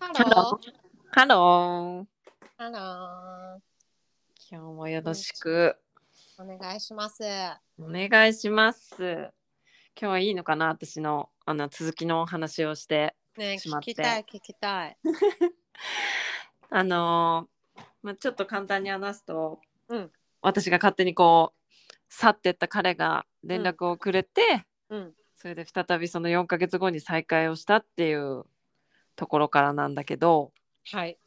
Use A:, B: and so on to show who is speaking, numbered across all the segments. A: Hello。
B: ハロー。
A: Hello。
B: 今日もよろしく
A: お願いします。
B: お願いします。今日はいいのかな私のあの続きのお話をして。
A: ね
B: しま
A: 聞
B: って
A: きたい、聞きたい。
B: あのーまあ、ちょっと簡単に話すと、
A: うん
B: 私が勝手にこう去ってった彼が連絡をくれて、
A: うん。
B: それで再びその4ヶ月後に再会をしたっていうところからなんだけど、
A: はい。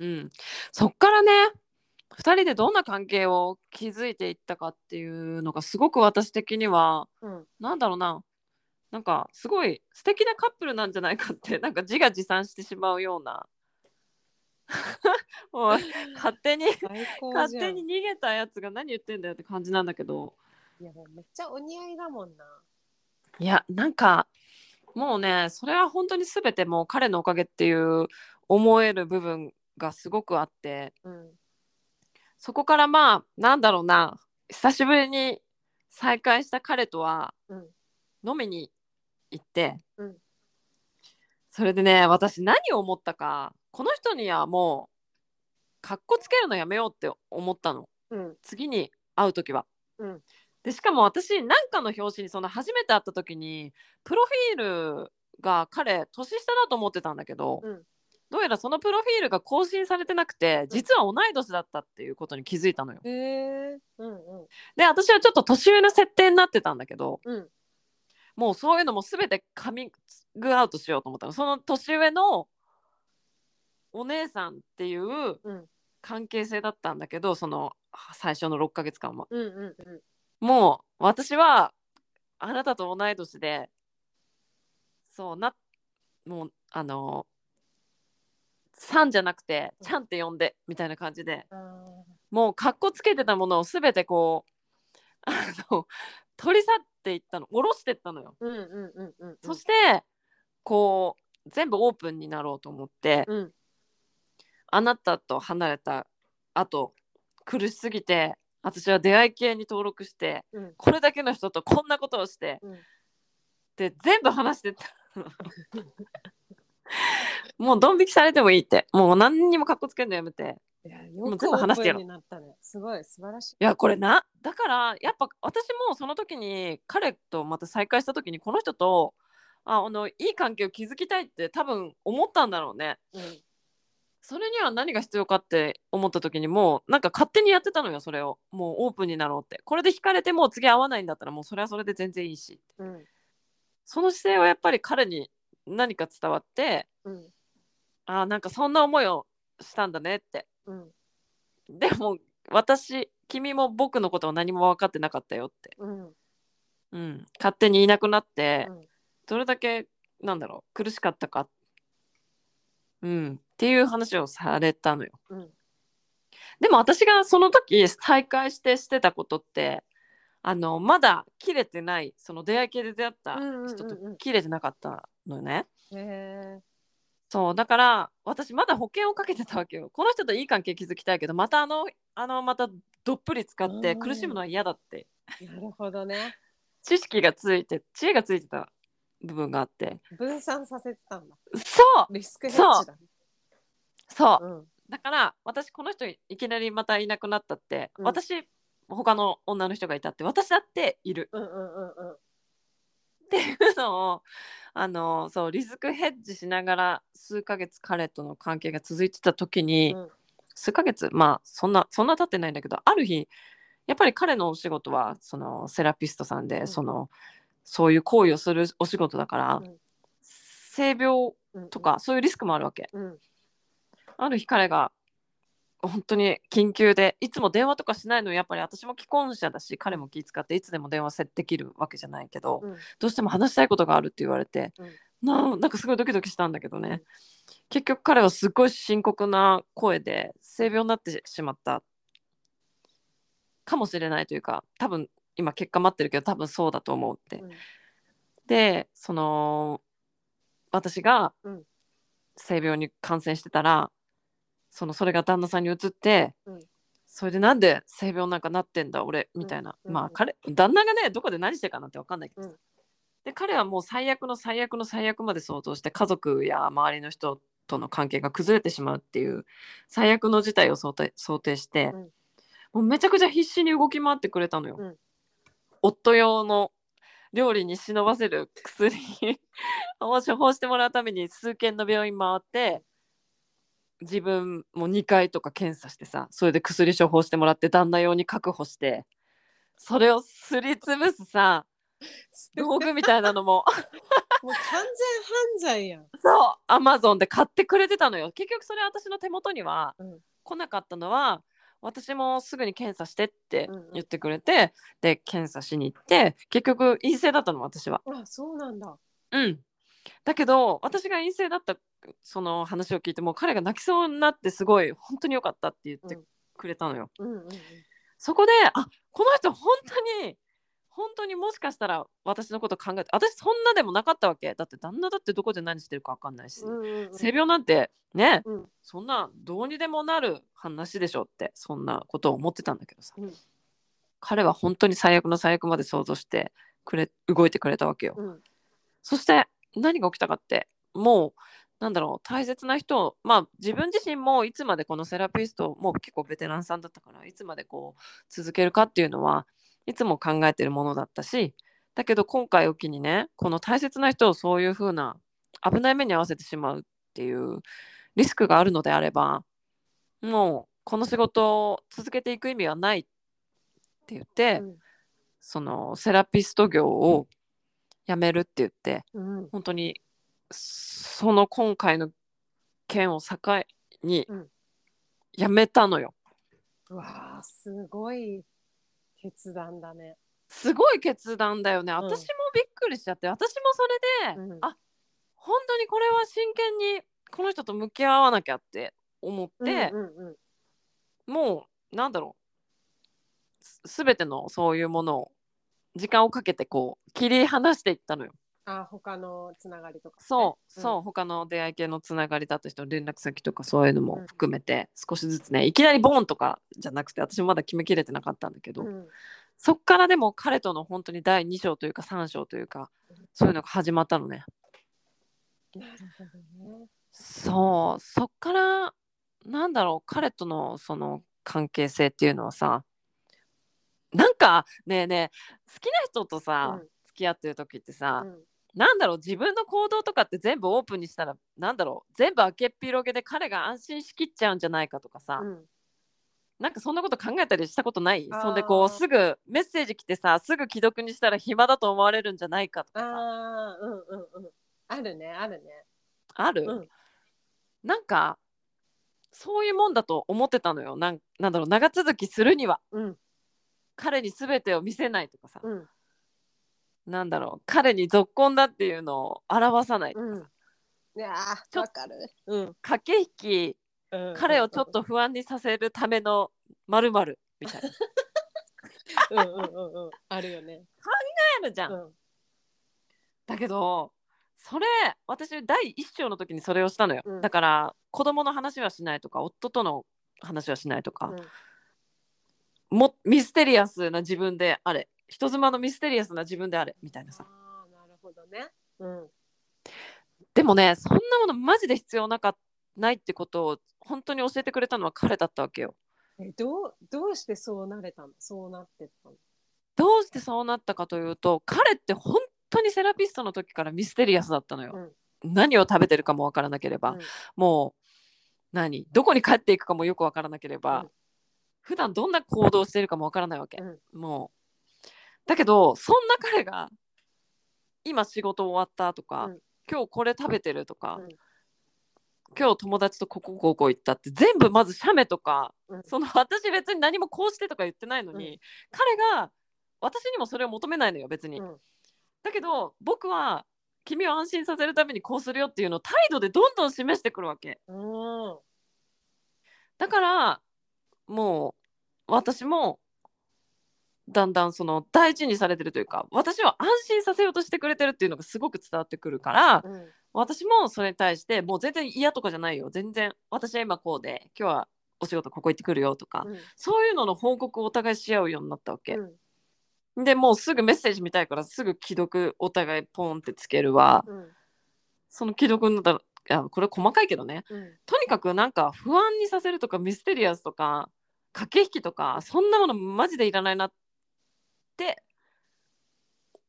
B: うん、そっからね2人でどんな関係を築いていったかっていうのがすごく私的には
A: うん。
B: なんだろうななんかすごい素敵なカップルなんじゃないかって なんか自画自賛してしまうような おい勝手 に
A: 最高
B: 勝
A: じゃ
B: 手
A: ん。
B: に
A: い
B: 逃げたやつが何言ってんだよって感じなんだけど
A: や、もうめっちゃお似合いだもんな。
B: いやなんかもうねそれは本当に全てもう彼のおかげっていう思える部分がすごくあって。
A: うん。
B: そこからまあなんだろうな久しぶりに再会した彼とは
A: うん。
B: 飲みに行って、
A: うん
B: それでね私何を思ったかこの人にはもうかっこつけるのやめようって思ったの
A: うん。
B: 次に会う時は。
A: うん
B: でしかも私なんかの表紙にその初めて会った時にプロフィールが彼年下だと思ってたんだけど、
A: うん
B: どうやらそのプロフィールが更新されてなくて実は同い年だったっていうことに気づいたのよ。
A: へえ。うんうん。
B: で私はちょっと年上の設定になってたんだけど
A: うん。
B: もうそういうのも全てカミングアウトしようと思ったのその年上のお姉さんっていう
A: うん。
B: 関係性だったんだけどその最初の6ヶ月間は
A: うんうんうん。
B: もう私はあなたと同い年でそうなもうあのさんじゃなくてちゃんって呼んでみたいな感じで
A: あー
B: もうかっこつけてたものを全てこうあの取り去っていったの下ろしていったのよ、
A: うんうんうんうんうん。
B: そしてこう全部オープンになろうと思って、
A: うん。
B: あなたと離れたあと苦しすぎて私は出会い系に登録して
A: うん。
B: これだけの人とこんなことをして
A: うん。
B: で全部話してた もうドン引きされてもいいってもう何にもかっこつけるのやめて
A: いや、
B: も
A: よ
B: う
A: く
B: 全部話してやろう
A: オープンになったね。すごい、素晴らしい。
B: いやこれなだからやっぱ私もその時に彼とまた再会した時にこの人とああのいい関係を築きたいって多分思ったんだろうね
A: うん。
B: それには何が必要かって思った時にもうなんか勝手にやってたのよそれをもうオープンになろうってこれで惹かれてもう次会わないんだったらもうそれはそれで全然いいし
A: うん。
B: その姿勢はやっぱり彼に何か伝わって
A: うん。
B: あなんかそんな思いをしたんだねって
A: うん。
B: でも私君も僕のことは何も分かってなかったよって
A: うん。
B: うん、勝手にいなくなって、
A: うん
B: どれだけなんだろう苦しかったか、うん、っていう話をされたのよ
A: うん。
B: でも私がその時再会してしてたことってあのまだ切れてないその出会い系で出会った人
A: うん
B: と
A: うんうんうん
B: 切れてなかったのよね、
A: へえ。
B: そうだから私まだ保険をかけてたわけよこの人といい関係築きたいけどまたあのあのまたどっぷり使って
A: うん
B: 苦しむのは嫌だって
A: なるほどね。
B: 知識がついて知恵がついてた部分があって
A: 分散させてたんだ。
B: そう
A: リスクヘッジだね。
B: そう
A: うん。
B: だから私この人いきなりまたいなくなったって、
A: うん
B: 私他の女の人がいたって私だっている
A: うんうんうんうん。
B: っていう のをあのそうリスクヘッジしながら数ヶ月彼との関係が続いてた時に、
A: うん
B: 数ヶ月まあそんなそんな経ってないんだけどある日やっぱり彼のお仕事はそのセラピストさん
A: う
B: で、
A: ん
B: そのそういう行為をするお仕事だから、
A: うん
B: 性病とかそういうリスクもあるわけ。
A: うん
B: ある日彼が本当に緊急でいつも電話とかしないのやっぱり私も既婚者だし彼も気遣っていつでも電話せできるわけじゃないけど、
A: うん
B: どうしても話したいことがあるって言われて、
A: うん
B: ななんかすごいドキドキしたんだけどね、
A: うん
B: 結局彼はすごい深刻な声で性病になってしまったかもしれないというか多分今結果待ってるけど多分そうだと思うって
A: うん
B: でその私が
A: うん
B: 性病に感染してたらそのそれが旦那さんに移って、
A: うん
B: それでなんで性病なんかなってんだ俺みたいな、
A: うん
B: ま
A: う
B: あ
A: ん
B: 彼旦那がねどこで何してるかなんて分かんないけどさ、
A: うん
B: で彼はもう最悪の最悪の最悪まで想像して家族や周りの人との関係が崩れてしまうっていう最悪の事態を想定想定して、
A: うん
B: もうめちゃくちゃ必死に動き回ってくれたのよ。
A: うん
B: 夫用の料理に忍ばせる薬 を処方してもらうために数軒の病院回って自分も2回とか検査してさそれで薬処方してもらって旦那用に確保してそれをすりつぶすさ道具みたいなの
A: も
B: も
A: う完全犯罪やん。
B: そうアマゾンで買ってくれてたのよ結局それ私の手元には
A: うん
B: 来なかったのは、私もすぐに検査してって
A: うんうん
B: 言ってくれて、で検査しに行って結局陰性だったの私は
A: あ、そうなんだ。
B: うんだけど私が陰性だったその話を聞いてもう彼が泣きそうになってすごい本当に良かったって言って
A: うん
B: くれたのよ、
A: うんうんうん。
B: そこであこの人本当に本当にもしかしたら私のこと考えて私そんなでもなかったわけだって旦那だってどこで何してるか分かんないし、
A: うんうんうん
B: 性病なんてね、
A: うん
B: そんなどうにでもなる話でしょってそんなことを思ってたんだけどさ、
A: うん
B: 彼は本当に最悪の最悪まで想像してくれ動いてくれたわけよ、
A: うん
B: そして何が起きたかってもうなんだろう大切な人をまあ自分自身もいつまでこのセラピストもう結構ベテランさんだったからいつまでこう続けるかっていうのはいつも考えてるものだったしだけど今回を機にねこの大切な人をそういう風な危ない目に遭わせてしまうっていうリスクがあるのであればもうこの仕事を続けていく意味はないって言って、
A: うん
B: そのセラピスト業を辞めるって言って
A: うん
B: 本当にその今回の件を境に
A: うん
B: やめたのよ。
A: うわあ、すごい決断だね。
B: すごい決断だよね。
A: ん
B: 私もびっくりしちゃって、私もそれで、
A: うん
B: あ本当にこれは真剣にこの人と向き合わなきゃって思って
A: う、んうんうん
B: もうなんだろうす全てのそういうものを時間をかけてこう切り離していったのよ。
A: あ、他のつながりとかね。
B: そう、
A: うん
B: そう他の出会い系のつながりだった人の連絡先とかそういうの
A: う
B: も
A: ん
B: 含めて少しずつねいきなりボーンとかじゃなくて私もまだ決めきれてなかったんだけど、
A: うん。
B: そっからでも彼との本当に第2章というか3章というかそういうのが始まったのね
A: なるほどね。
B: そうそっからなんだろう彼とのその関係性っていうのはさなんかねえねえ好きな人とさ、
A: うん
B: 付き合ってる時ってさ、
A: うん
B: なんだろう自分の行動とかって全部オープンにしたらなんだろう全部開けっ広げで彼が安心しきっちゃうんじゃないかとかさ、
A: うん
B: なんかそんなこと考えたりしたことない
A: あー
B: そんでこうすぐメッセージ来てさすぐ既読にしたら暇だと思われるんじゃないかとかさ
A: ああ、うんうんうん。あるね、あるね。
B: ある、
A: うん
B: なんかそういうもんだと思ってたのよなんなんだろう長続きするには
A: うん
B: 彼に全てを見せないとかさ、
A: うん
B: なんだろう彼に続婚だっていうのを表さないとかさ、
A: うん。いや
B: ち
A: ー、
B: ょ
A: わかる。うん。
B: 駆け引き彼をちょっと不安にさせるためのまる みたいな。
A: うんうんうんうん。あるよね。
B: あるじゃ。
A: うんん。
B: だけどそれ私第一章の時にそれをしたのよ。
A: うん
B: だから子供の話はしないとか夫との話はしないとか、もミステリアスな自分であれ人妻のミステリアスな自分であれみたいなさ。
A: ああ、なるほどね。うん。
B: でもねそんなものマジで必要なかないってことを本当に教えてくれたのは彼だったわけよ。
A: え、どう、どうしてそうなれたのそうなってったの
B: どうしてそうなったかというと彼って本当にセラピストの時からミステリアスだったのよ。何を食べてるかもわからなければ、
A: うん
B: もう何どこに帰っていくかもよくわからなければ、
A: うん
B: 普段どんな行動をしているかもわからないわけ、
A: うん
B: もうだけどそんな彼が今仕事終わったとか、
A: うん
B: 今日これ食べてるとか、
A: うん
B: 今日友達とここここ行ったって全部まず写メとか、
A: うん
B: その私別に何もこうしてとか言ってないのに、
A: う
B: 彼が私にもそれを求めないのよ別に、
A: うん
B: だけど僕は君を安心させるためにこうするよっていうのを態度でどんどん示してくるわけ
A: うん。
B: だからもう私もだんだんその大事にされてるというか私を安心させようとしてくれてるっていうのがすごく伝わってくるから
A: うん。
B: 私もそれに対してもう全然嫌とかじゃないよ全然私は今こうで今日はお仕事ここ行ってくるよとか、
A: うん
B: そういうのの報告をお互いし合うようになったわけ
A: う、ん
B: でもうすぐメッセージ見たいからすぐ既読お互いポンってつけるわ、
A: うん
B: その既読になったらあこれ細かいけどね
A: うん
B: とにかくなんか不安にさせるとかミステリアスとか駆け引きとかそんなものマジでいらないなって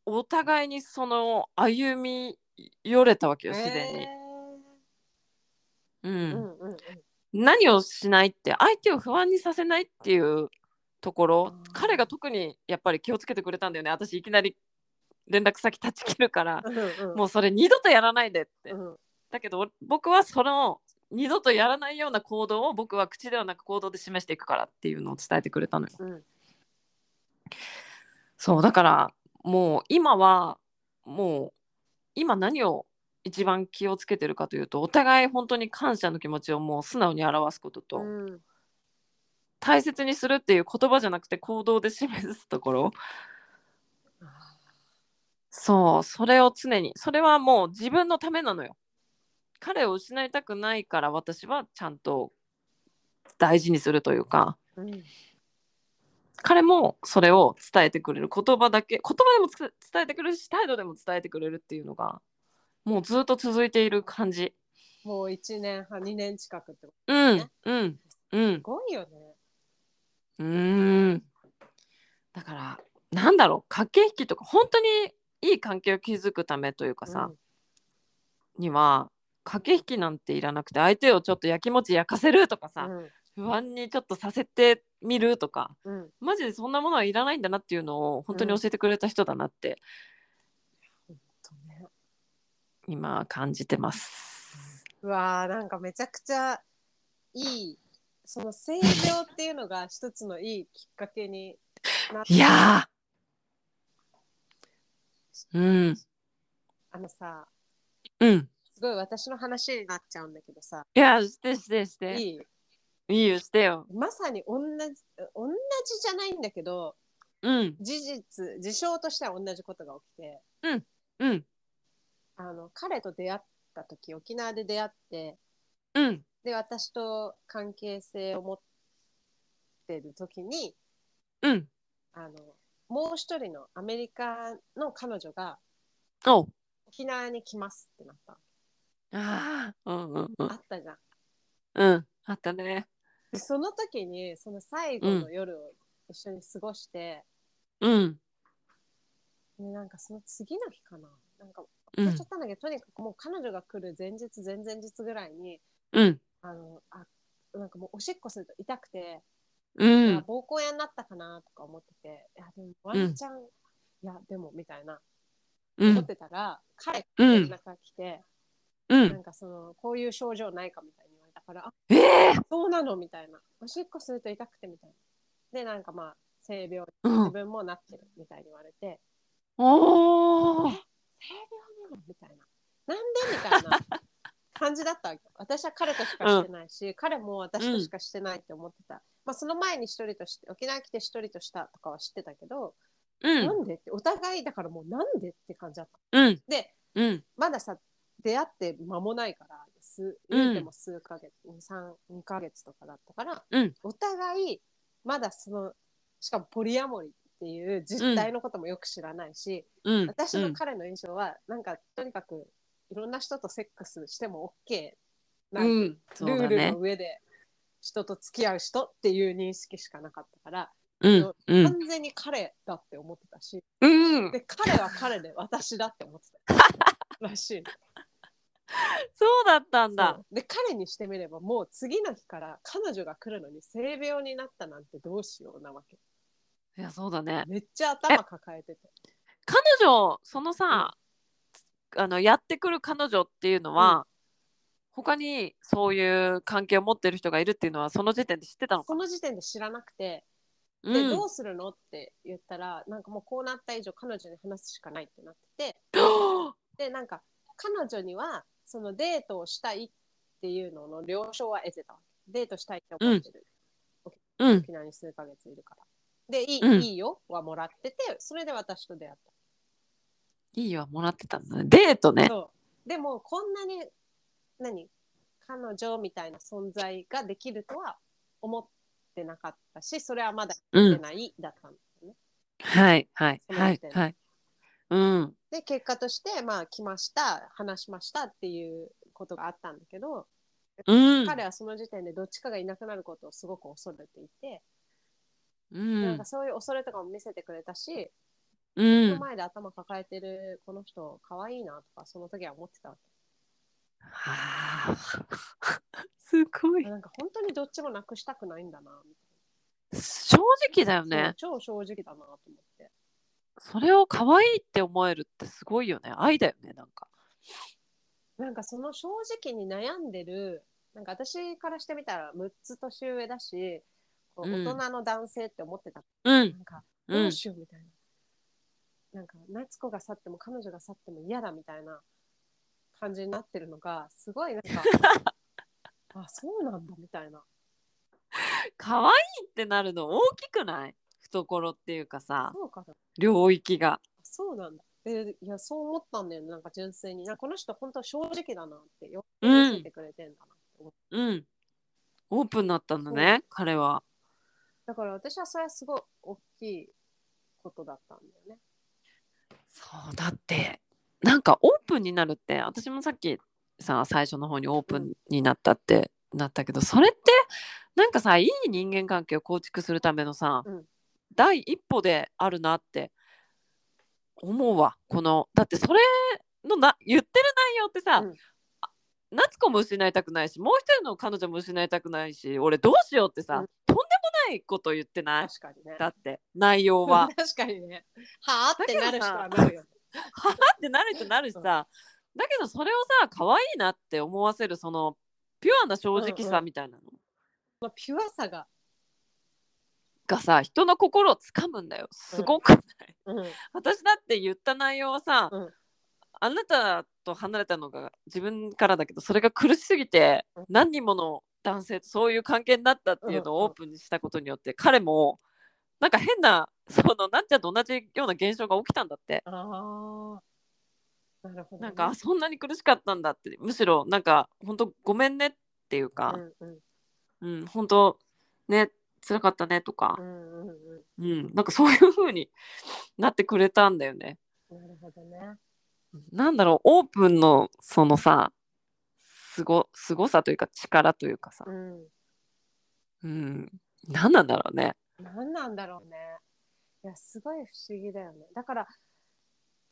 B: お互いにその歩み寄れたわけよ自然に、
A: え
B: うん
A: ーうんうんうん
B: 何をしないって相手を不安にさせないっていうところ
A: あー
B: 彼が特にやっぱり気をつけてくれたんだよね私いきなり連絡先断ち切るから
A: うんうん
B: もうそれ二度とやらないでって
A: うん
B: だけど僕はその二度とやらないような行動を僕は口ではなく行動で示していくからっていうのを伝えてくれたのよ。
A: うん
B: そうだからもう今はもう今何を一番気をつけてるかというとお互い本当に感謝の気持ちをもう素直に表すことと、
A: うん
B: 大切にするっていう言葉じゃなくて行動で示すところそうそれを常にそれはもう自分のためなのよ彼を失いたくないから私はちゃんと大事にするというか
A: うん
B: 彼もそれを伝えてくれる言葉だけ言葉でもつ伝えてくれるし態度でも伝えてくれるっていうのがもうずっと続いている感じ
A: もう一年半二年近くってこと
B: うんうんうん
A: すごいよね
B: うーんだからなんだろう駆け引きとか本当にいい関係を築くためというかさ、には駆け引きなんていらなくて相手をちょっとやきもち焼かせるとか
A: う
B: さ、
A: ん
B: 不安にちょっとさせてみるとか
A: うん
B: マジでそんなものはいらないんだなっていうのを本当に教えてくれた人だなって
A: そうね
B: 今感じてます。
A: うわーなんかめちゃくちゃいいその正常っていうのが一つのいいきっかけになっ
B: いやーうん
A: あのさ
B: うん
A: すごい私の話になっちゃうんだけどさ
B: いやしてしてしてい
A: いい
B: いよしてよ
A: まさに同じ同じじゃないんだけど
B: うん
A: 事実事象としては同じことが起きて
B: うん
A: あの彼と出会った時沖縄で出会って
B: うん
A: で私と関係性を持ってる時に
B: うん
A: あのもう一人のアメリカの彼女が
B: おう
A: 沖縄に来ますってなった
B: ああ、うんうんうん
A: あ。ったじゃん
B: うん、あったね。
A: でその時にその最後の夜を一緒に過ごして、
B: うん、
A: でなんかその次の日かななんか
B: う
A: 忘れ
B: ん
A: ちゃっ、たんだけど、とにかくもう彼女が来る前日前々日ぐらいに
B: うん、
A: あのあなんかもうおしっこすると痛くて、
B: う
A: いや
B: ん、
A: 膀胱炎になったかなとか思ってていやでもワンチャン、いやでもみたいな
B: う
A: 思っ
B: ん、
A: てたら、彼が
B: う
A: 連
B: ん
A: 絡、が来て、
B: う。
A: なんんかそのこういう症状ないかみたいに言われたからあ
B: ええ
A: そうなのみたいなおしっこすると痛くてみたいなでなんかまあ性病
B: う
A: 自
B: ん、
A: 分もなってるみたいに言われて、
B: おー
A: 性病なのみたいななんでみたいな感じだったわけ私は彼としかしてないし、彼も私としかしてないって思ってた、まあその前に一人として沖縄来て一人としたとかは知ってたけど、
B: うん
A: な、んでってお互いだからもうなんでって感じだった
B: うん、
A: で
B: うん、
A: まださ出会って間もないからす
B: うん
A: 言うても数ヶ月、23 2ヶ月とかだったから、
B: うん
A: お互いまだそのしかもポリアモリっていう実態のこともよく知らないし、
B: うん。
A: 私の彼の印象は、なんかとにかくいろんな人とセックスしても OK な、
B: うん、そう
A: ルー
B: だ
A: ル
B: ね
A: の。上で人と付き合う人っていう認識しかなかったから、
B: うん、うん、
A: 完全に彼だって思ってたし
B: うん。
A: で彼は彼で私だって思ってたらし い
B: そうだったんだ
A: そ。うで彼にしてみればもう次の日から彼女が来るのに性病になったなんてどうしようなわけ
B: いや、そうだね。
A: めっちゃ頭抱えてて
B: 彼女、そのさ、あの、やってくる彼女っていうのは、他にそういう関係を持ってる人がいるっていうのは、その時点で知ってたのか。
A: その時点で知らなくて
B: う
A: で、ど
B: ん。
A: うするのって言ったらなんかもうこうなった以上彼女に話すしかないってなっててでなんか彼女にはそのデートをしたいっていうのの了承は得てたわけデートしたいって思ってる、
B: うん、
A: 沖縄に数ヶ月いるからでいい,、
B: うん
A: いいよはもらっててそれで私と出会っ
B: いいわ、もらってたんだね。デート
A: た
B: ね。
A: そうでもこんなに何彼女みたいな存在ができるとは思ってなかったしそれはまだ
B: う
A: 言っ
B: ん
A: て。ないだったんだよね、
B: はいはい
A: その
B: はい
A: 時点で
B: はい。うん
A: で結果としてまあ来ました話しましたっていうことがあったんだけど、
B: うん。
A: 彼はその時点でどっちかがいなくなることをすごく恐れていて、
B: う
A: なん
B: ん
A: か。そういう恐れとかも見せてくれたし、
B: う
A: 人
B: ん。
A: 前で頭抱えてるこの人可愛いなとかその時は思ってたわ
B: はあ すご
A: け
B: い
A: あ。なんか本当にどっちもなくしたくないんだなみ
B: 正直だよ
A: たいな、
B: ね。
A: そう超正直だなと思って
B: それを可愛いって思えるってすごいよね。愛だよね、なんか。
A: なんかその正直に悩んでるなんか私からしてみたら6つ年上だしこう
B: う
A: 大
B: ん
A: 人の男性って思ってた、
B: うん。
A: なんか
B: う
A: ど
B: ん
A: う。しようみたいな、なんか夏子が去っても彼女が去っても嫌だみたいな感じになってるのがすごい なんかあそうなんだみたいな
B: 可愛いってなるの大きくない懐っていうかさ、
A: そうかな
B: 領域が。
A: そうなんだ。えいや、そう思ったんだよね、なんか純粋に。なんかこの人、本当正直だなって、よく
B: うん
A: 見せてくれてんだなって思って、
B: うん。オープンだったんだね、彼は。
A: だから私はそれはすごい大きいことだったんだよね。
B: そうだってなんかオープンになるって私もさっきさ最初の方にオープンになったって、なったけどそれってなんかさいい人間関係を構築するためのさ、
A: うん
B: 第一歩であるなって思うわこのだってそれのな言ってる内容ってさ、
A: うん
B: あ夏子も失いたくないしもう一人の彼女も失いたくないし俺どうしようってさ、
A: うん
B: とんでもないこと言ってない
A: 確かにね。。
B: だって内容は
A: 確かにね。はあってなる人は
B: だけどさ
A: なる よね。
B: ははってなるとなるしさだけどそれをさ可愛いなって思わせるそのピュアな正直
A: うんう
B: さみたいなの
A: このピュアさが。
B: がさ人の心をつかむんだよすごくない、
A: うん、
B: 私だって言った内容はさ、
A: うん
B: あなたと離れたのが自分からだけどそれが苦しすぎて
A: うん
B: 何人もの男性とそういう関係になったっていうの
A: うん
B: を
A: うん
B: オープンにしたことによって彼もなんか変なそのなんちゃんと同じような現象が起きたんだって
A: ああ。なるほど、ね。
B: なんかあそんなに苦しかったんだってむしろなんか本当ごめんねっていうか
A: う、んうん
B: うん本当ね辛かったねとか
A: う、んうんう
B: うんなんかそういう風になってくれたんだよね。
A: ん。なるほどね。
B: なんだろうオープンのそのさすごすごさというか力というかさ、
A: うん。
B: うん、何なんだろうね。
A: 何なんだろうね。いや、すごい不思議だよね。だから、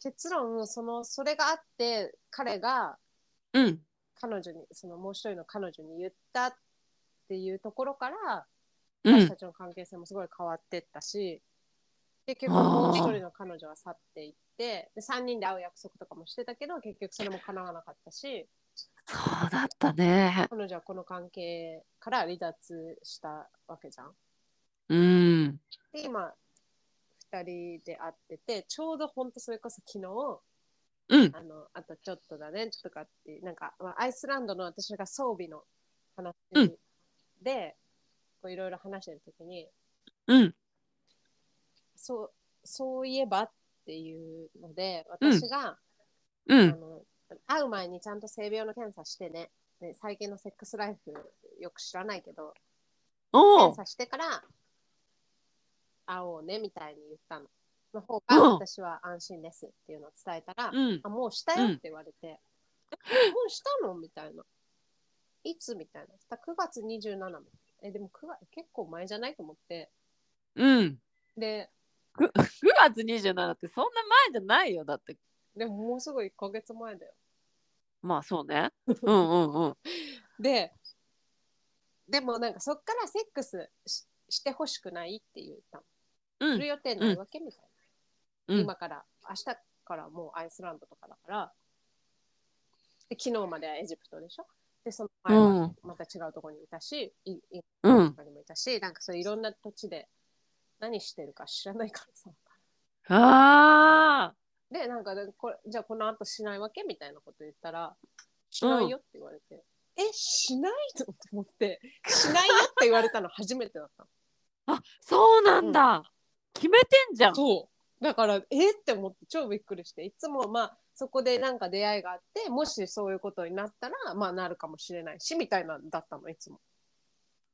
A: 結論、その、それがあって、彼が
B: うん
A: 彼女に、そのもう一人の彼女に言ったっていうところから、
B: う
A: 私
B: ん
A: たちの関係性もすごい変わってったし、結局、もう一人の彼女は去っていって、で3人で会う約束とかもしてたけど、結局それも叶わなかったし、
B: そうだったね。
A: 彼女はこの関係から離脱したわけじゃん。
B: うん
A: で今2人で会っててちょうどほんとそれこそ昨日
B: うん
A: あのあとちょっとだねとかってなんか、まあ、アイスランドの私が装備の話
B: うん
A: でこういろいろ話してる時に
B: うん
A: そうそういえばっていうので私が、
B: う
A: あ
B: ん
A: の会う前にちゃんと性病の検査してねね最近のセックスライフよく知らないけど
B: お
A: 検査
B: う
A: してから会おうねみたいに言ったの。の方
B: う
A: が
B: ん
A: 私は安心ですっていうのを伝えたら、
B: うん
A: あもうしたよって言われて、えもうしたのみたいな。いつみたいな。した9月27日。え、でも9月結構前じゃないと思って。
B: うん
A: で、
B: 9月27ってそんな前じゃないよだって
A: でももうすぐ1ヶ月前だよ。
B: まあそ うね。うんうんうん
A: で、でもなんかそっからセックスししてほしくないって言ったの。
B: う
A: す
B: ん
A: る予定ないわけ、みたいな。
B: うん
A: 今から明日からもうアイスランドとかだからで昨日まではエジプトでしょでその前はまた違うところにいたし、いい
B: うん
A: とかにもいたしなんかそういろんな土地で何してるか知らないからさ
B: ああ
A: でなんかでこれじゃあこの後しないわけみたいなこと言ったらしないよって言われて、えしないと思ってしないよって言われたの初めてだったの
B: あそうなんだ、決めてんじゃん
A: そうだからえって思って超びっくりしていつもまあそこでなんか出会いがあってもしそういうことになったらまあなるかもしれないしみたいなんだったのいつも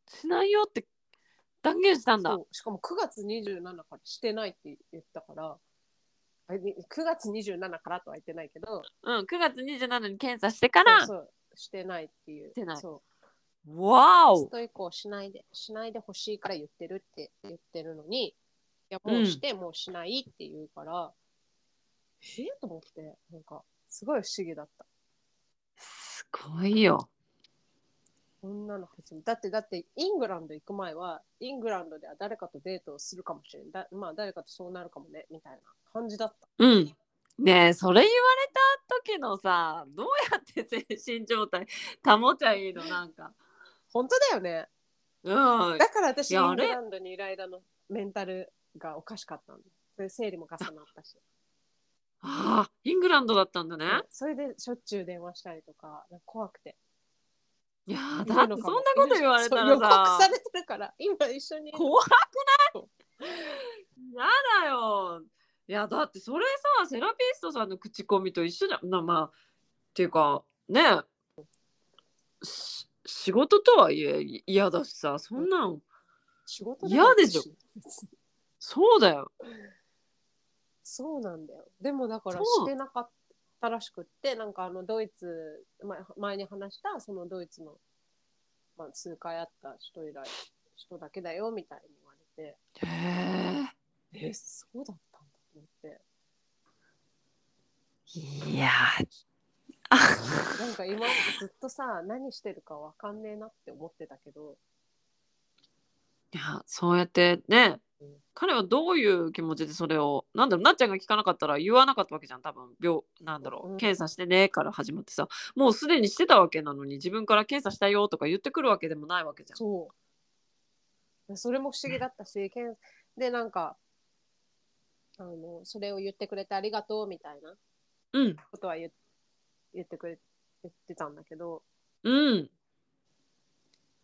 B: しないよって断言したんだ
A: そうしかも9月27からしてないって言ったからあれ9月27からとは言ってないけど
B: うん9月27に検査してから
A: そうそうしてないっていう。
B: してない
A: そう。
B: わ
A: テス
B: お
A: ト以降しないで、しないでほしいから言ってるって言ってるのに、いや、もうして、もうしないって言うから、ええと思って、なんか、すごい不思議だった。
B: すごいよ。
A: こんなの初めてだって、だって、イングランド行く前は、イングランドでは誰かとデートをするかもしれん。だまあ、誰かとそうなるかもね、みたいな感じだった。
B: うん。ねえそれ言われた時のさどうやって精神状態保ちゃいいのなんか。
A: 本当だよね。
B: うん。
A: だから私、イ
B: いや
A: ング
B: あれ
A: ランドにいる間のメンタルがおかしかったんだ。で生理も重なったし。
B: ああイングランドだったんだね。
A: それでしょっちゅう電話したりとか、なんか怖くて。
B: いやー
A: いる
B: だって
A: の
B: そん
A: か
B: な
A: も
B: こと言われた
A: そう
B: ら
A: 予告さ
B: さ
A: れてるから今一緒にいる
B: 怖くな
A: そ
B: いやだよいやだってそれさセラピストさんの口コミと一緒じゃんなまあっていうかねし仕事とはいえい嫌だしさそんなん
A: 仕事
B: 嫌でしょ そうだよ
A: そうなんだよでもだから
B: そ
A: し
B: う
A: てなかったらしくってなんかあのドイツ前前に話したそのドイツの、まあ、数回会った人以来人だけだよみたいに言われて
B: へえ
A: えそうだったんだと思って
B: いやーあ
A: なんか今までずっとさ何してるかわかんねえなって思ってたけど
B: いやそうやってね
A: うん
B: 彼はどういう気持ちでそれをなんだろうなっちゃんが聞かなかったら言わなかったわけじゃん多分病なんだろ
A: うん
B: う検査してねから始まってさもうすでにしてたわけなのに自分から検査したよとか言ってくるわけでもないわけじゃん。
A: そうで。それも不思議だったし、けんで、なんか、あの、それを言ってくれてありがとうみたいな
B: うん
A: ことは言言ってくれ、言ってたんだけど、
B: うん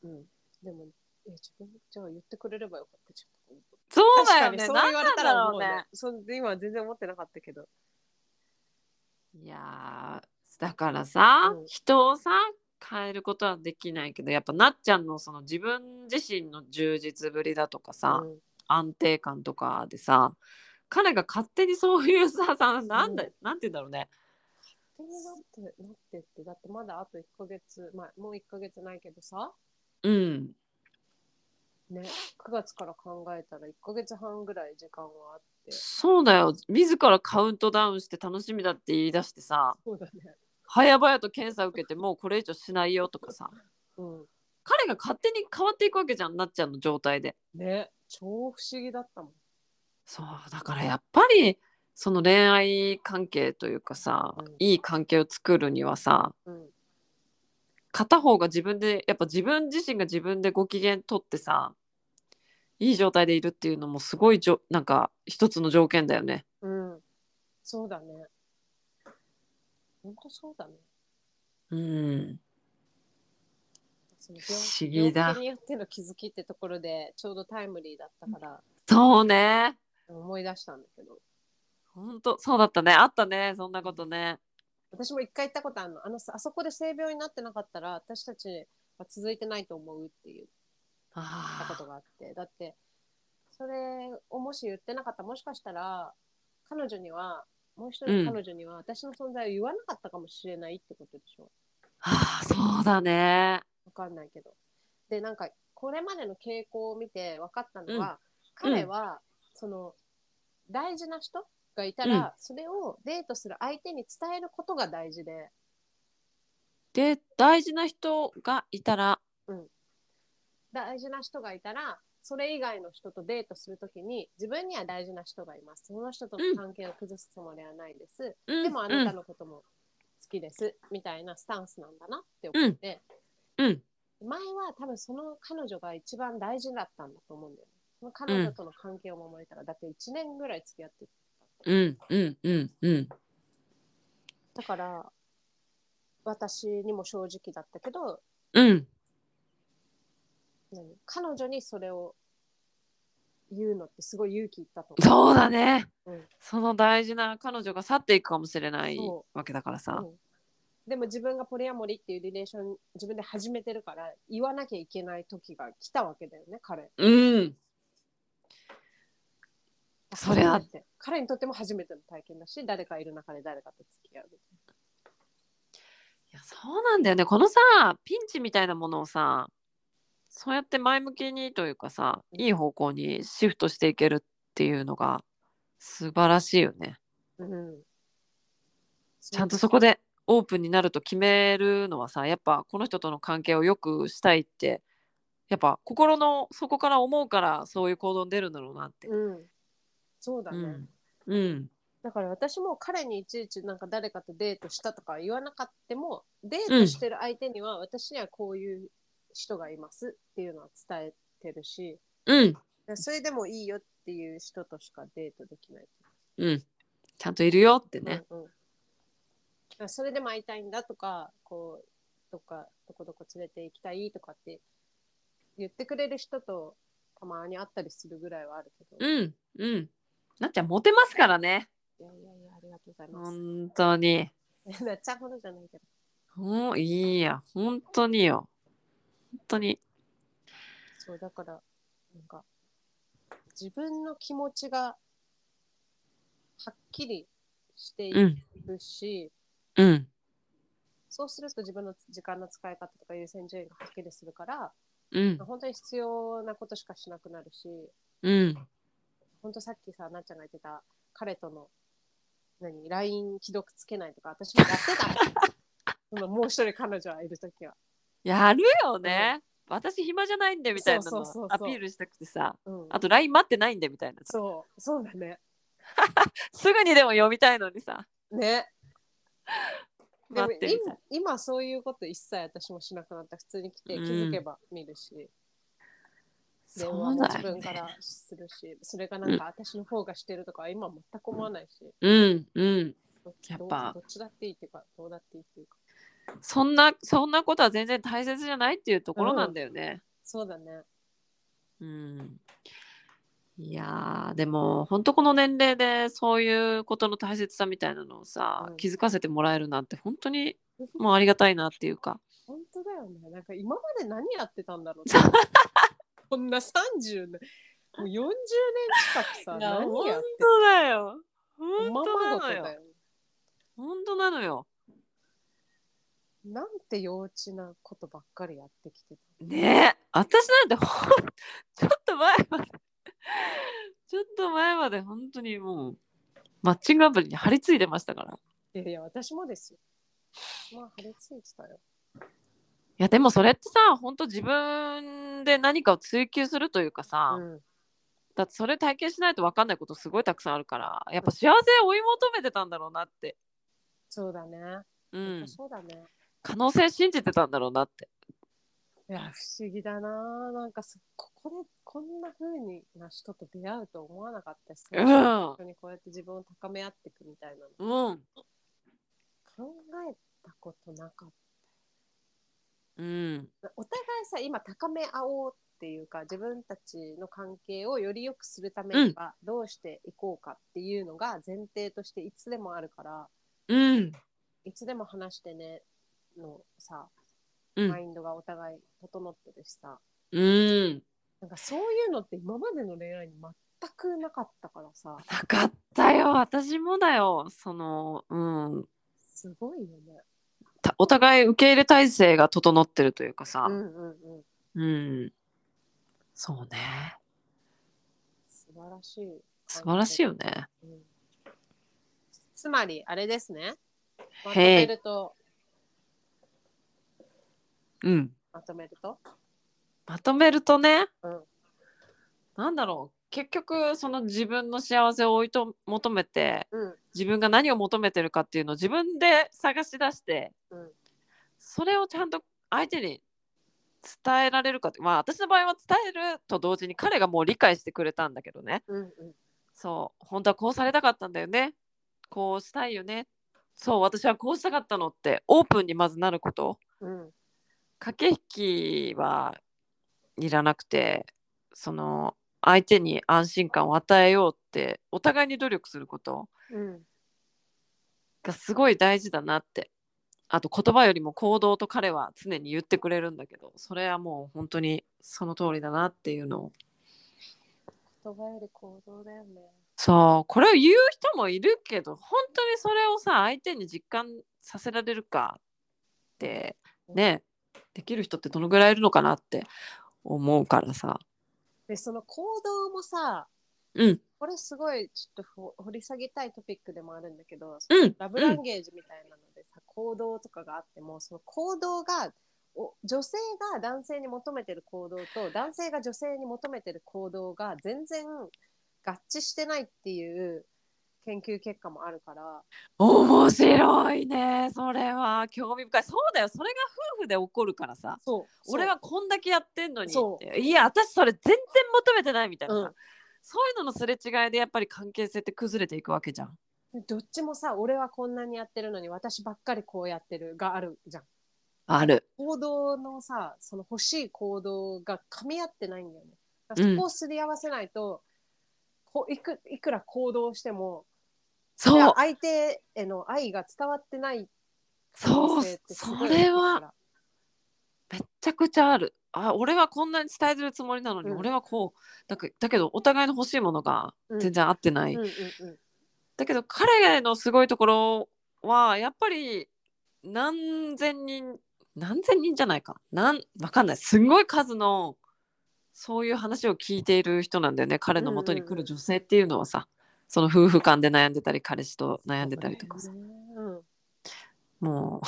A: うん。でも、え、自分、じゃあ言ってくれればよかったじゃん。
B: そうだよね
A: そう言われたら
B: なん
A: もう
B: なんだろう
A: ね
B: ね。
A: そう今は全然思ってなかったけど。
B: いやーだからさ、
A: うん
B: 人をさ変えることはできないけどやっぱなっちゃんのその自分自身の充実ぶりだとかさ、
A: うん
B: 安定感とかでさ彼が勝手にそういうささなんだ、なんて言うんだろうね
A: 勝手になって、なってって、だってまだあと1ヶ月、まあ、もう1ヶ月ないけどさ、
B: うん
A: ね、9月から考えたら1ヶ月半ぐらい時間はあって。
B: そうだよ自らカウントダウンして楽しみだって言い出してさ
A: そうだね。
B: 早々と検査受けてもうこれ以上しないよとかさ
A: うん。
B: 彼が勝手に変わっていくわけじゃんなっちゃんの状態で
A: ね、超不思議だったもん。
B: そうだからやっぱりその恋愛関係というかさ、
A: うん
B: いい関係を作るにはさ
A: うん、
B: 片方が自分でやっぱ自分自身が自分でご機嫌取ってさいい状態でいるっていうのもすごいじょなんか一つの条件だよね。
A: うん、そうだね。本当そうだね。
B: うん、
A: その
B: 不
A: 病
B: 思議だ
A: 病気によっての気づきってところでちょうどタイムリーだったから
B: そうね
A: 思い出したんだけど、
B: ほんとそうだったねあったねそんなことね。
A: 私も一回行ったことあるの。あのさあそこで性病になってなかったら私たちは続いてないと思うって言ったこ
B: あ
A: とがあって、だってそれをもし言ってなかったらもしかしたら彼女にはもう一人の彼女には私の存在を言わなかったかもしれないってことでしょ。
B: あそうだね。
A: わかんないけど。で、なんか、これまでの傾向を見て分かったの
B: う
A: は、彼は、その、大事な人がいたら、
B: うん
A: それをデートする相手に伝えることが大事で、
B: で大事な人がいたら
A: 大事な人がいたら、それ以外の人とデートするときに、自分には大事な人がいます。その人との
B: うん
A: 関係を崩すつもりはないです。
B: うん
A: でも、あなたのことも好きです。みたいなスタンスなんだなって思って、
B: うんうん
A: 前は多分その彼女が一番大事だったんだと思うんだよね。その彼女との関係を守れたら、だって1年ぐらい付き合ってる
B: うんうんうんうん
A: だから、私にも正直だったけど、
B: うん
A: 何彼女にそれを言うのってすごい勇気いったと思
B: そうだね、
A: うん
B: その大事な彼女が去っていくかもしれない
A: そ
B: わけだからさ、
A: う。うんでも自分がポリアモリっていうリレーション自分で始めてるから言わなきゃいけない時が来たわけだよね彼
B: うんそりゃ
A: 初めて彼にとっても初めての体験だし誰かいる中で誰かと付き合うみたいない
B: いやそうなんだよねこのさピンチみたいなものをさそうやって前向きにというかさいい方向にシフトしていけるっていうのが素晴らしいよね。
A: うん、
B: ちゃんとそこでオープンになると決めるのはさやっぱこの人との関係を良くしたいってやっぱ心の底から思うからそういう行動に出るんだろうなって。
A: うん、そうだね、
B: うんうん
A: だから私も彼にいちいちなんか誰かとデートしたとか言わなかってもデートしてる相手には私にはこういう人がいますっていうのは伝えてるし
B: うん
A: それでもいいよっていう人としかデートできない。
B: うんちゃんといるよってね。
A: うんうん、だからそれでも会いたいんだとかこうどっかどこどこ連れて行きたいとかって言ってくれる人とたまに会ったりするぐらいはあるけど、
B: うんうん。なっちゃんモテますからね。
A: いやいやいやありがとうございます、
B: 本当に。
A: なっちゃうほどじゃないけど
B: もういいや。本当によ。本当に。
A: そうだからなんか自分の気持ちがはっきりしてい
B: うん
A: るし、
B: うん
A: そうすると自分の時間の使い方とか優先順位がはっきりするから、
B: うん
A: 本当に必要なことしかしなくなるし、
B: うん
A: 本当さっきさなっちゃんが言ってた彼との何 LINE 既読つけないとか私もやってた 今もう一人彼女がいる時は、
B: やるよね。私暇じゃないんでみたいな
A: そ
B: の
A: うそうそうそう
B: アピールしたくてさ。
A: うん、
B: あと LINE 待ってないんでみたいなさ。
A: そうそうだね
B: すぐにでも読みたいのにさ。
A: ねでも
B: 待ってみた
A: 今
B: い。
A: 今そういうこと一切私もしなくなった普通に来て気
B: うん
A: づけば見るし、電話
B: そう
A: も自
B: だよ
A: 分か
B: ね。
A: らするしそれがなんか私の方がしてるとかは今全く思わないし、
B: うんうん。
A: どっち
B: やっぱ
A: どうどっちだっていいっていうかどうだっていいっていうか
B: そんなそんなことは全然大切じゃないっていうところなんだよね。
A: そうだね
B: うん。いやーでも本当この年齢でそういうことの大切さみたいなのをさ、
A: うん
B: 気づかせてもらえるなんて本当にもうありがたいなっていうか
A: 本当だよね。なんか今まで何やってたんだろう
B: そ
A: ね。 こんな30年、もう40年近くさ、何やって
B: 当だよ
A: た
B: 本
A: ま
B: 当
A: ま
B: な
A: ごと
B: の
A: だ
B: よ
A: よ。
B: 本当なのよ
A: なんて幼稚なことばっかりやってきて
B: ねえ私なんてほん ちょっと前までちょっと前まで本当にもうマッチングアプリに張り付いてましたからい
A: た。いやいや、私もですよ。まあ、張り付いてたよ。
B: やでもそれってさ本当自分で何かを追求するというかさ、
A: うん、
B: だってそれ体験しないと分かんないことすごいたくさんあるからやっぱ幸せを追い求めてたんだろうなって、
A: そうだね。
B: う、
A: うんそうだね。
B: 可能性信じてたんだろうなって
A: いや、不思議だな。なんかそ、ここでこんな風にな人と出会うと思わなかったし、
B: うん
A: 本当にこうやって自分を高め合っていくみたいなの。
B: うん、
A: 考えたことなかった。
B: うん、
A: お互いさ今高め合おうっていうか自分たちの関係をより良くするためにはどうしていこうかっていうのが前提としていつでもあるから
B: うん、
A: いつでも話してねのさ
B: うん
A: マインドがお互い整ってるしさ、
B: うん、
A: なんかそういうのって今までの恋愛に全くなかったからさ
B: なかったよ私もだよそのうん
A: すごいよね。
B: たお互い受け入れ体制が整ってるというかさ
A: うんうんうん
B: うん、そうね
A: 素晴らしい。
B: 素晴らしいよね
A: うんつまりあれですね。まと
B: へ
A: め
B: い
A: ると
B: うん
A: まとめると
B: まとめるとね、
A: うん
B: なんだろう結局その自分の幸せを追いと求めて
A: うん
B: 自分が何を求めてるかっていうのを自分で探し出して
A: うん
B: それをちゃんと相手に伝えられるかってまあ私の場合は伝えると同時に彼がもう理解してくれたんだけどね
A: うんうん
B: そう本当はこうされたかったんだよねこうしたいよねそう私はこうしたかったのってオープンにまずなること
A: うん
B: 駆け引きはいらなくてその相手に安心感を与えようってお互いに努力すること
A: うん
B: がすごい大事だなってあと言葉よりも行動と彼は常に言ってくれるんだけどそれはもう本当にその通りだなっていうのを
A: 言葉より行動だよね。
B: そうこれを言う人もいるけど本当にそれをさ相手に実感させられるかってねできる人ってどのぐらいいるのかなって思うからさ
A: でその行動もさ
B: うん
A: これすごいちょっとほ掘り下げたいトピックでもあるんだけど、
B: うん
A: ラブランゲージみたいなのでさ、行動とかがあってもその行動がお女性が男性に求めてる行動と男性が女性に求めてる行動が全然合致してないっていう研究結果もあるから
B: 面白いねそれは興味深いそうだよそれが夫婦で起こるからさ
A: そう
B: 俺はこんだけやってんのに
A: そ
B: っていや私それ全然求めてないみたいなさ、
A: うん
B: そういうののすれ違いでやっぱり関係性って崩れていくわけじゃん
A: どっちもさ俺はこんなにやってるのに私ばっかりこうやってるがあるじゃん
B: ある
A: 行動のさその欲しい行動が噛み合ってないんだよねだか
B: う
A: ら
B: ん
A: そこをすり合わせないと、こういくいくら行動してもい
B: そ
A: や
B: う
A: 相手への愛が伝わってない
B: そう
A: ってすご
B: そ
A: い
B: れ
A: ある
B: は
A: から
B: めっちゃくちゃあるあ俺はこんなに伝えてるつもりなのに、
A: うん
B: 俺はこうだけだけどお互いの欲しいものが全然合ってない、
A: うんうんうん
B: だけど彼のすごいところはやっぱり何千人何千人じゃないかなんわかんないすんごい数のそういう話を聞いている人なんだよね彼の元に来る女性っていうのはさ、その夫婦間で悩んでたり彼氏と悩んでたりとかさ
A: うん
B: も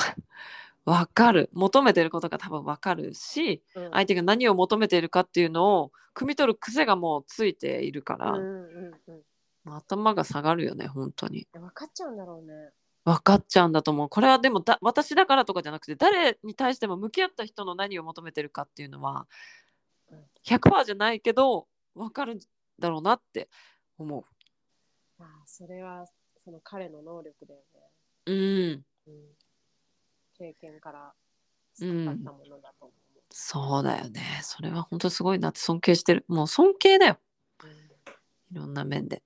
B: う わかる求めてることが多分わかるし
A: うん
B: 相手が何を求めているかっていうのを汲み取る癖がもうついているから、
A: うんうんうん
B: もう頭が下がるよね本当に。
A: 分かっちゃうんだろうね
B: 分かっちゃうんだと思うこれはでもだ私だからとかじゃなくて誰に対しても向き合った人の何を求めてるかっていうのは
A: うん
B: 100%じゃないけど分かるんだろうなって思
A: ああそれはその彼の能力だよね、
B: ううん
A: うん、経験から伝わったものだと思
B: そうだよねそれは本当すごいなって尊敬してるもう尊敬だよ
A: う、うん
B: いろんな面で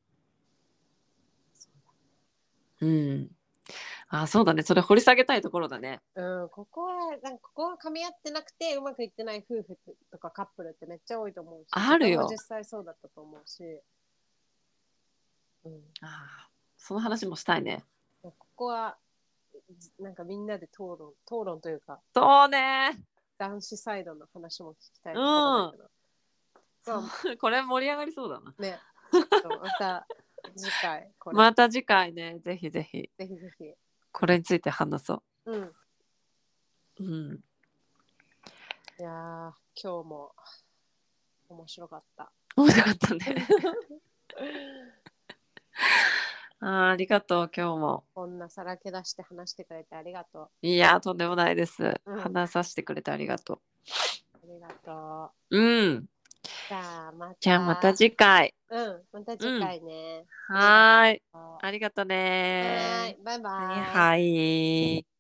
A: そう
B: うんあそうだねそれ掘り下げたいところだね
A: うん、ここは、なんかここは噛み合ってなくて、うまくいってない夫婦とかカップルってめっちゃ多いと思うし、
B: あるよ
A: 自分も実際そうだったと思うし、うん、
B: あその話もしたいね
A: ここは、じなんかみんなで討論、討論というか、
B: そうね
A: 男子サイドの話も聞きたいところだけど、ま
B: これ盛り上がりそうだな
A: あね、ちょっとまた次回、これ、
B: また次回ねぜひぜひ
A: ぜひぜひ。
B: これについて話そう
A: うん、
B: うん、
A: いやー、今日も面白かった。
B: 面白かった ね。あーありがとう、今日も。
A: こんなさらけ出して話してくれてありがとう。
B: いやー、とんでもないです。
A: うん
B: 話させてくれてありがと
A: ありがとう。
B: う。うん。
A: じゃあまた。
B: じゃあまた次回。
A: うん、また次回ね。
B: はーい。
A: は
B: ありがとう
A: ー
B: ね
A: い、バイバイ。
B: はい。